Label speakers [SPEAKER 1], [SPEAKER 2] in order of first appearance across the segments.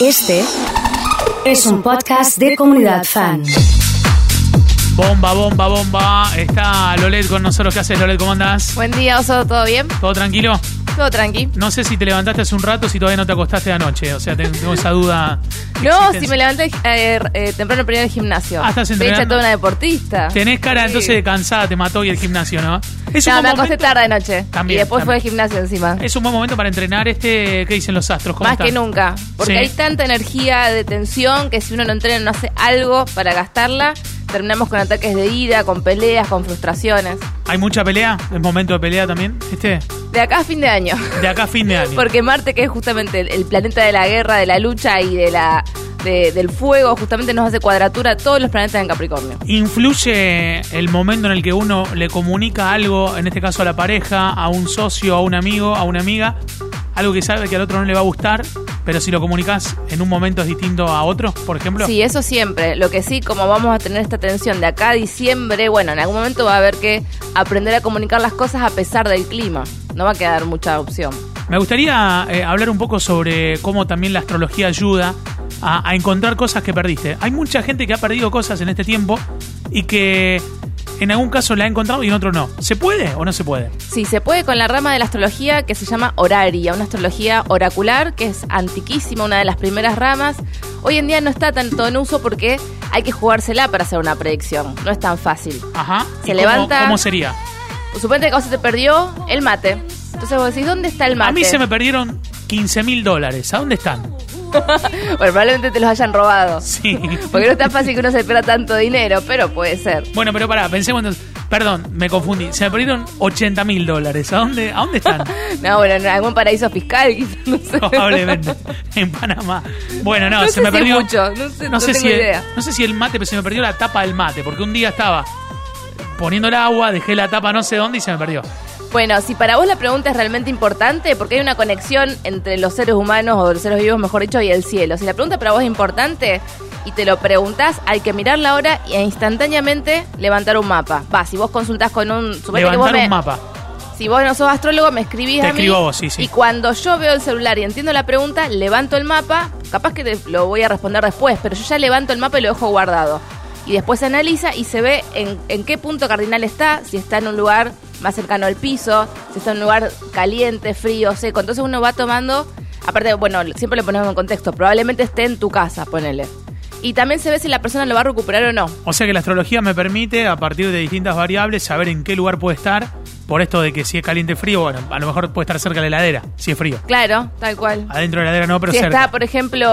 [SPEAKER 1] Este es un podcast de comunidad fan.
[SPEAKER 2] Bomba, bomba, bomba. Está Lolet con nosotros. ¿Qué haces, Lolet? ¿Cómo andás?
[SPEAKER 3] Buen día, Oso, ¿todo bien?
[SPEAKER 2] ¿Todo tranquilo?
[SPEAKER 3] Todo tranqui.
[SPEAKER 2] No sé si te levantaste hace un rato, si todavía no te acostaste anoche. O sea, te- tengo esa duda.
[SPEAKER 3] No,
[SPEAKER 2] existencia.
[SPEAKER 3] si me levanté eh, eh, temprano primero al gimnasio.
[SPEAKER 2] Ah, estás
[SPEAKER 3] Me
[SPEAKER 2] entrenando.
[SPEAKER 3] echa toda una deportista.
[SPEAKER 2] Tenés cara
[SPEAKER 3] Sí.
[SPEAKER 2] entonces de cansada, te mató y el gimnasio, ¿no? Es
[SPEAKER 3] No,
[SPEAKER 2] buen
[SPEAKER 3] me acosté
[SPEAKER 2] momento-
[SPEAKER 3] tarde anoche.
[SPEAKER 2] También,
[SPEAKER 3] Y después
[SPEAKER 2] también.
[SPEAKER 3] fue al gimnasio encima.
[SPEAKER 2] Es un buen momento para entrenar este. ¿Qué dicen los astros? ¿Cómo
[SPEAKER 3] Más
[SPEAKER 2] están?
[SPEAKER 3] que nunca. Porque
[SPEAKER 2] Sí.
[SPEAKER 3] hay tanta energía de tensión que si uno no entrena, no hace algo para gastarla, terminamos con ataques de ira, con peleas, con frustraciones.
[SPEAKER 2] ¿Hay mucha pelea? ¿Es momento de pelea también? ¿Este?
[SPEAKER 3] De acá a fin de año.
[SPEAKER 2] De acá a fin de año.
[SPEAKER 3] Porque Marte, que es justamente el, el planeta de la guerra, de la lucha y de la de- del fuego, justamente nos hace cuadratura a todos los planetas en Capricornio.
[SPEAKER 2] ¿Influye el momento en el que uno le comunica algo, en este caso a la pareja, a un socio, a un amigo, a una amiga, algo que sabe que al otro no le va a gustar, pero si lo comunicas en un momento es distinto a otro, por ejemplo?
[SPEAKER 3] Sí, eso siempre. Lo que sí, como vamos a tener esta tensión de acá a diciembre, bueno, en algún momento va a haber que aprender a comunicar las cosas a pesar del clima. No va a quedar mucha opción.
[SPEAKER 2] Me gustaría eh, hablar un poco sobre cómo también la astrología ayuda a, a encontrar cosas que perdiste. Hay mucha gente que ha perdido cosas en este tiempo y que en algún caso la ha encontrado y en otro no. ¿Se puede o no se puede?
[SPEAKER 3] Sí, se puede con la rama de la astrología que se llama horaria, una astrología oracular que es antiquísima, una de las primeras ramas. Hoy en día no está tanto en uso porque hay que jugársela para hacer una predicción. No es tan fácil.
[SPEAKER 2] Ajá.
[SPEAKER 3] Se
[SPEAKER 2] ¿Y cómo-
[SPEAKER 3] levanta-
[SPEAKER 2] ¿Cómo sería?
[SPEAKER 3] Suponete que a vos se te perdió el mate. Entonces vos decís, ¿dónde está el mate?
[SPEAKER 2] A mí se me perdieron 15 mil dólares. ¿A dónde están?
[SPEAKER 3] Bueno, probablemente te los hayan robado.
[SPEAKER 2] Sí.
[SPEAKER 3] Porque no es tan fácil que uno se pierda tanto dinero, pero puede ser.
[SPEAKER 2] Bueno, pero pará, pensemos entonces. Perdón, me confundí. Se me perdieron 80 mil dólares. ¿A dónde, ¿A dónde están?
[SPEAKER 3] No, bueno, en algún paraíso fiscal, quizás, no sé.
[SPEAKER 2] Probablemente en Panamá. Bueno, no,
[SPEAKER 3] No
[SPEAKER 2] se
[SPEAKER 3] sé
[SPEAKER 2] me
[SPEAKER 3] si
[SPEAKER 2] perdió.
[SPEAKER 3] mucho, no sé- no tengo
[SPEAKER 2] si
[SPEAKER 3] idea.
[SPEAKER 2] no sé si el mate, pero se me perdió la tapa del mate, porque un día estaba poniendo el agua, dejé la tapa no sé dónde y se me perdió.
[SPEAKER 3] Bueno, si para vos la pregunta es realmente importante, porque hay una conexión entre los seres humanos, o los seres vivos, mejor dicho, y el cielo. Si la pregunta para vos es importante y te lo preguntás, hay que mirar la hora e instantáneamente levantar un mapa. Va, si vos consultás con un... suponete que vos
[SPEAKER 2] Levantar
[SPEAKER 3] me-
[SPEAKER 2] un mapa.
[SPEAKER 3] Si vos no sos astrólogo, me escribís
[SPEAKER 2] Te
[SPEAKER 3] a mí.
[SPEAKER 2] escribo a vos, sí, sí.
[SPEAKER 3] Y cuando yo veo el celular y entiendo la pregunta, levanto el mapa. Capaz que te- lo voy a responder después, pero yo ya levanto el mapa y lo dejo guardado. Y después se analiza y se ve en, en qué punto cardinal está, si está en un lugar más cercano al piso, si está en un lugar caliente, frío, seco. Entonces uno va tomando. Aparte, bueno, siempre lo ponemos en contexto. Probablemente esté en tu casa, ponele. Y también se ve si la persona lo va a recuperar o no.
[SPEAKER 2] O sea que la astrología me permite, a partir de distintas variables, saber en qué lugar puede estar. Por esto de que si es caliente o frío, bueno, a lo mejor puede estar cerca de la heladera, si es frío.
[SPEAKER 3] Claro, tal cual.
[SPEAKER 2] Adentro de la heladera no, pero
[SPEAKER 3] si
[SPEAKER 2] cerca.
[SPEAKER 3] está, por ejemplo,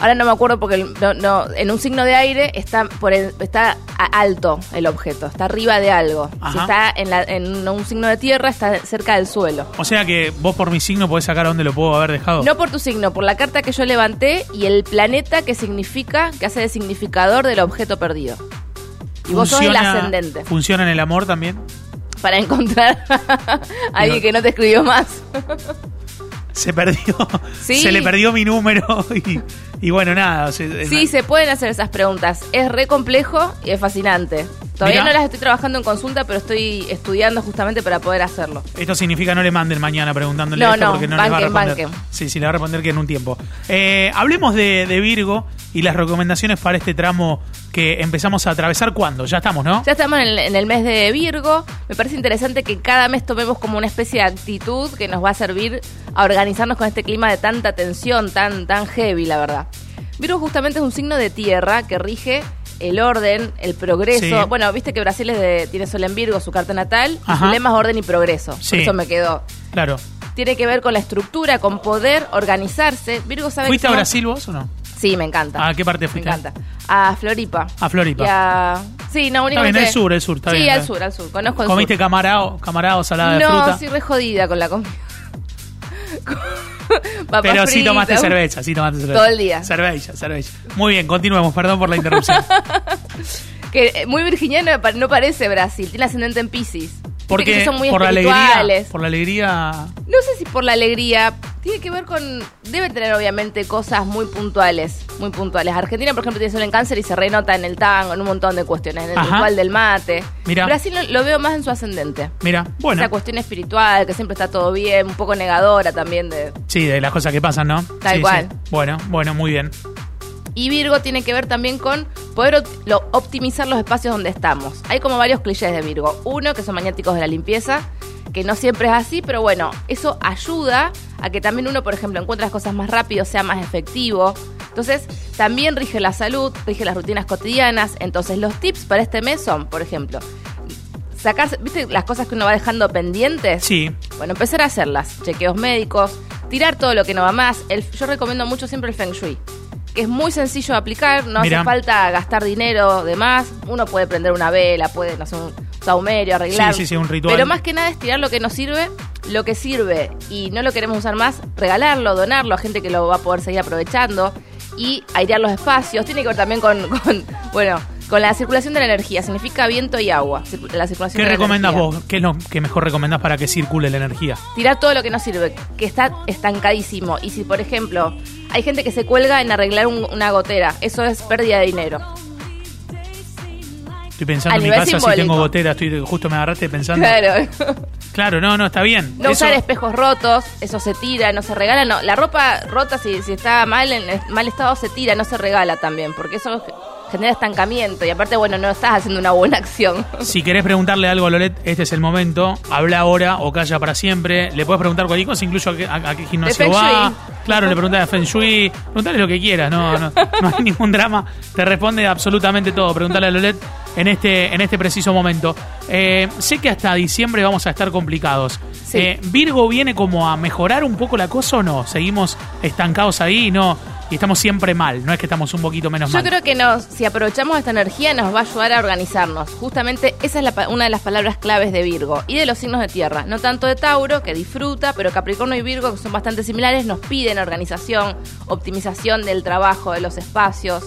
[SPEAKER 3] ahora no me acuerdo porque el- no, no, en un signo de aire está por el- está a- alto el objeto, está arriba de algo. Si
[SPEAKER 2] Ajá.
[SPEAKER 3] está en, la- en un signo de tierra, está cerca del suelo.
[SPEAKER 2] O sea que vos por mi signo podés sacar a dónde lo puedo haber dejado.
[SPEAKER 3] No por tu signo, por la carta que yo levanté y el planeta que significa, que hace de significador del objeto perdido. Y vos sos el ascendente.
[SPEAKER 2] ¿Funciona en el amor también?
[SPEAKER 3] Para encontrar a alguien
[SPEAKER 2] Digo-
[SPEAKER 3] que no te escribió más.
[SPEAKER 2] Se perdió.
[SPEAKER 3] Sí.
[SPEAKER 2] Se le perdió mi número y, y bueno, nada. o sea, es
[SPEAKER 3] Sí,
[SPEAKER 2] una-
[SPEAKER 3] se pueden hacer esas preguntas. Es re complejo y es fascinante. Todavía
[SPEAKER 2] Mirá.
[SPEAKER 3] no las estoy trabajando en consulta, pero estoy estudiando justamente para poder hacerlo.
[SPEAKER 2] Esto significa no le manden mañana preguntándole
[SPEAKER 3] No,
[SPEAKER 2] esto
[SPEAKER 3] no,
[SPEAKER 2] porque no le
[SPEAKER 3] banquen,
[SPEAKER 2] va a responder.
[SPEAKER 3] banquen.
[SPEAKER 2] Sí, sí, le va a responder que en un tiempo. Eh, hablemos de, de Virgo y las recomendaciones para este tramo que empezamos a atravesar cuando. Ya estamos, ¿no?
[SPEAKER 3] Ya estamos en el, en el mes de Virgo. Me parece interesante que cada mes tomemos como una especie de actitud que nos va a servir a organizarnos con este clima de tanta tensión, tan, tan heavy, la verdad. Virgo justamente es un signo de tierra que rige el orden, el progreso.
[SPEAKER 2] Sí.
[SPEAKER 3] Bueno, viste que Brasil es de- tiene sol en Virgo, su carta natal. y
[SPEAKER 2] Ajá.
[SPEAKER 3] Su lema es orden y progreso.
[SPEAKER 2] Sí.
[SPEAKER 3] Por eso me quedó.
[SPEAKER 2] Claro.
[SPEAKER 3] tiene que ver con la estructura, con poder organizarse. Virgo sabe
[SPEAKER 2] ¿Fuiste
[SPEAKER 3] que
[SPEAKER 2] a
[SPEAKER 3] somos-
[SPEAKER 2] Brasil vos o no?
[SPEAKER 3] Sí, me encanta.
[SPEAKER 2] ¿A qué parte fuiste?
[SPEAKER 3] Me encanta. A Floripa.
[SPEAKER 2] A Floripa.
[SPEAKER 3] Y a... Sí, no, únicamente...
[SPEAKER 2] bien, al sur, al sur, está
[SPEAKER 3] sí,
[SPEAKER 2] bien,
[SPEAKER 3] al
[SPEAKER 2] está
[SPEAKER 3] sur, al sur. Conozco el
[SPEAKER 2] ¿Comiste
[SPEAKER 3] sur.
[SPEAKER 2] camarao, camarao, salada de
[SPEAKER 3] no,
[SPEAKER 2] fruta?
[SPEAKER 3] sí, re jodida con la comida. Con- papas
[SPEAKER 2] Pero sí
[SPEAKER 3] fritas,
[SPEAKER 2] tomaste
[SPEAKER 3] un-
[SPEAKER 2] cerveza, sí tomaste cerveza.
[SPEAKER 3] Todo el día.
[SPEAKER 2] Cerveza, cerveza. Muy bien, continuemos, perdón por la interrupción.
[SPEAKER 3] Que eh, muy virginiano pa- no parece Brasil. Tiene ascendente en Pisces. Viste
[SPEAKER 2] Porque
[SPEAKER 3] que son muy
[SPEAKER 2] por la alegría,
[SPEAKER 3] espirituales.
[SPEAKER 2] por la alegría
[SPEAKER 3] No sé si por la alegría, Tiene que ver con. Debe tener, obviamente, cosas muy puntuales. Muy puntuales. Argentina, por ejemplo, tiene sol en cáncer y se renota en el tango, en un montón de cuestiones. En el
[SPEAKER 2] Ajá.
[SPEAKER 3] ritual del mate.
[SPEAKER 2] Mirá.
[SPEAKER 3] Brasil lo, lo veo más en su ascendente.
[SPEAKER 2] Mira, bueno.
[SPEAKER 3] Esa cuestión espiritual, que siempre está todo bien, un poco negadora también de.
[SPEAKER 2] Sí, de las cosas que pasan, ¿no?
[SPEAKER 3] Tal
[SPEAKER 2] Sí,
[SPEAKER 3] cual.
[SPEAKER 2] sí. Bueno, bueno, muy bien.
[SPEAKER 3] Y Virgo tiene que ver también con poder op- lo- optimizar los espacios donde estamos. Hay como varios clichés de Virgo. Uno, que son maniáticos de la limpieza, que no siempre es así, pero bueno, eso ayuda a que también uno, por ejemplo, encuentre las cosas más rápido, sea más efectivo. Entonces, también rige la salud, rige las rutinas cotidianas. Entonces, los tips para este mes son, por ejemplo, sacarse, ¿viste las cosas que uno va dejando pendientes?
[SPEAKER 2] Sí,
[SPEAKER 3] Bueno, empezar a hacerlas. Chequeos médicos, tirar todo lo que no va más. El- yo recomiendo mucho siempre el Feng Shui, que es muy sencillo de aplicar, no
[SPEAKER 2] Mirá.
[SPEAKER 3] hace falta gastar dinero de más. Uno puede prender una vela, puede no sé, un saumerio, arreglar.
[SPEAKER 2] Sí, sí, sí, un ritual.
[SPEAKER 3] Pero más que nada es tirar lo que nos sirve, lo que sirve y no lo queremos usar más, regalarlo, donarlo a gente que lo va a poder seguir aprovechando y airear los espacios. Tiene que ver también con, con, bueno, con la circulación de la energía. Significa viento y agua. circu- La circulación
[SPEAKER 2] ¿qué
[SPEAKER 3] de la
[SPEAKER 2] recomendás
[SPEAKER 3] energía
[SPEAKER 2] vos? ¿Qué es lo que mejor recomendás para que circule la energía?
[SPEAKER 3] tirar todo lo que no sirve, que está estancadísimo. Y si, por ejemplo, hay gente que se cuelga en arreglar un- una gotera, eso es pérdida de dinero.
[SPEAKER 2] Estoy pensando
[SPEAKER 3] A
[SPEAKER 2] en mi
[SPEAKER 3] nivel
[SPEAKER 2] casa si
[SPEAKER 3] simbólico.
[SPEAKER 2] tengo gotera, estoy justo me agarraste pensando.
[SPEAKER 3] Claro.
[SPEAKER 2] Claro, no, no, está bien.
[SPEAKER 3] No
[SPEAKER 2] Eso-
[SPEAKER 3] usar espejos rotos, eso se tira, no se regala. No, la ropa rota, si, si está mal en en mal estado, se tira, no se regala también, porque eso ge- genera estancamiento. Y aparte, bueno, no estás haciendo una buena acción.
[SPEAKER 2] Si querés preguntarle algo a Lolet, este es el momento. Habla ahora o calla para siempre. Le puedes preguntar cualquier cosa, incluso a qué, a- a qué gimnasio
[SPEAKER 3] De Feng
[SPEAKER 2] va.
[SPEAKER 3] Shui.
[SPEAKER 2] Claro, le preguntás a Feng Shui. Preguntale lo que quieras, no, no, no hay ningún drama. Te responde absolutamente todo. Preguntale a Lolet en este, en este preciso momento. Eh, sé que hasta diciembre vamos a estar complicados.
[SPEAKER 3] Sí.
[SPEAKER 2] Eh, ¿Virgo viene como a mejorar un poco la cosa o no? ¿Seguimos estancados ahí? No. Y estamos siempre mal. No es que estamos un poquito menos
[SPEAKER 3] Yo
[SPEAKER 2] mal.
[SPEAKER 3] creo que nos, si aprovechamos esta energía nos va a ayudar a organizarnos. Justamente esa es la pa- una de las palabras claves de Virgo y de los signos de tierra. No tanto de Tauro, que disfruta, pero Capricornio y Virgo, que son bastante similares, nos piden organización, optimización del trabajo, de los espacios,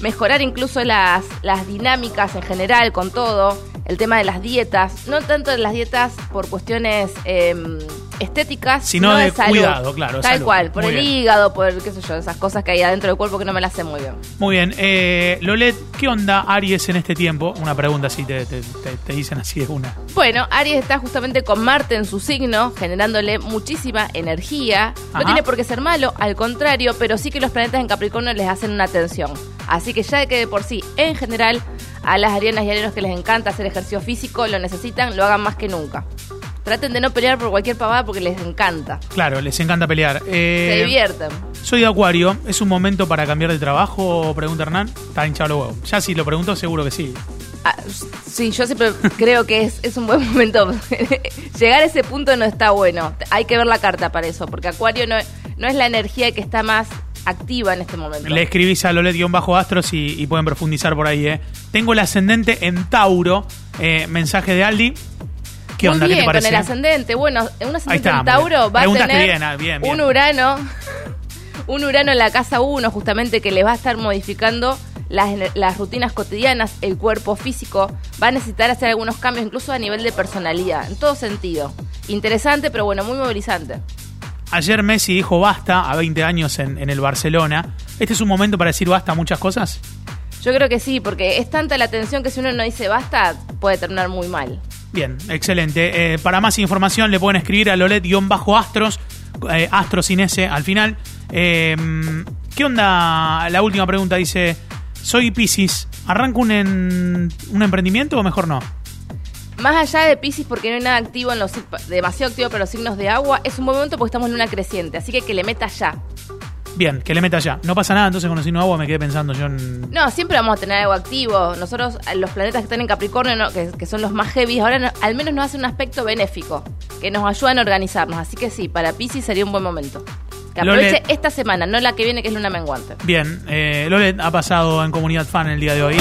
[SPEAKER 3] mejorar incluso las, las dinámicas en general con todo, el tema de las dietas, no tanto de las dietas por cuestiones em, estéticas,
[SPEAKER 2] Sino
[SPEAKER 3] sino,
[SPEAKER 2] de
[SPEAKER 3] de, salud.
[SPEAKER 2] cuidado, claro,
[SPEAKER 3] Tal
[SPEAKER 2] salud.
[SPEAKER 3] cual, por
[SPEAKER 2] Muy
[SPEAKER 3] el
[SPEAKER 2] bien.
[SPEAKER 3] hígado, por qué sé yo, esas cosas que hay adentro del cuerpo que no me las hacen muy bien.
[SPEAKER 2] Muy bien. Eh, Lolet, ¿qué onda Aries en este tiempo? Una pregunta si te, te- te- te dicen así de una.
[SPEAKER 3] Bueno, Aries está justamente con Marte en su signo, generándole muchísima energía. No
[SPEAKER 2] Ajá.
[SPEAKER 3] tiene por qué ser malo, al contrario, pero sí que los planetas en Capricornio les hacen una tensión. Así que ya que de por sí, en general, a las arianas y arianos que les encanta hacer ejercicio físico, lo necesitan, lo hagan más que nunca. Traten de no pelear por cualquier pavada porque les encanta.
[SPEAKER 2] Claro, les encanta pelear. Eh,
[SPEAKER 3] Se divierten.
[SPEAKER 2] Soy de Acuario. ¿Es un momento para cambiar de trabajo? Pregunta Hernán. Está hinchado los huevos. Ya si lo pregunto, seguro que sí.
[SPEAKER 3] Ah, sí, yo siempre creo que es, es un buen momento. Llegar a ese punto no está bueno. Hay que ver la carta para eso, porque Acuario no, no es la energía que está más activa en este momento.
[SPEAKER 2] Le escribís a Lolet-Astros y, y pueden profundizar por ahí. eh. Tengo el ascendente en Tauro. Eh, mensaje de Aldi. ¿Qué
[SPEAKER 3] Muy
[SPEAKER 2] onda?
[SPEAKER 3] bien,
[SPEAKER 2] ¿Qué te parece?
[SPEAKER 3] con el ascendente. Bueno, un
[SPEAKER 2] Ahí
[SPEAKER 3] ascendente
[SPEAKER 2] está,
[SPEAKER 3] en Tauro
[SPEAKER 2] bien.
[SPEAKER 3] va a
[SPEAKER 2] Preguntaste
[SPEAKER 3] tener
[SPEAKER 2] bien, ah, bien, bien.
[SPEAKER 3] un Urano, un Urano en la casa 1, justamente que les va a estar modificando las, las rutinas cotidianas, el cuerpo físico. Va a necesitar hacer algunos cambios, incluso a nivel de personalidad, en todo sentido. Interesante, pero bueno, muy movilizante.
[SPEAKER 2] Ayer Messi dijo basta a 20 años en, en el Barcelona. ¿Este es un momento para decir basta a muchas cosas?
[SPEAKER 3] Yo creo que sí, porque es tanta la tensión que si uno no dice basta, puede terminar muy mal.
[SPEAKER 2] Bien, excelente. Eh, para más información le pueden escribir a Lolet-Astros, eh, Astros sin S al final. Eh, ¿Qué onda? La última pregunta dice, soy Piscis, ¿arranco un, en- un emprendimiento o mejor no?
[SPEAKER 3] Más allá de Pisces, porque no hay nada activo en los demasiado activo para los signos de agua, es un buen momento porque estamos en una creciente, así que que le meta ya.
[SPEAKER 2] Bien, que le meta ya. No pasa nada, entonces con el signo agua me quedé pensando yo en...
[SPEAKER 3] No, siempre vamos a tener algo activo. Nosotros, eh, los planetas que están en Capricornio, no, que, que son los más heavy, ahora no- al menos nos hacen un aspecto benéfico, que nos ayudan a organizarnos. Así que sí, para Pisces sería un buen momento. Que aproveche
[SPEAKER 2] Lole.
[SPEAKER 3] esta semana, no la que viene, que es luna menguante.
[SPEAKER 2] Bien, eh, Lolet ha pasado en Comunidad Fan el día de hoy.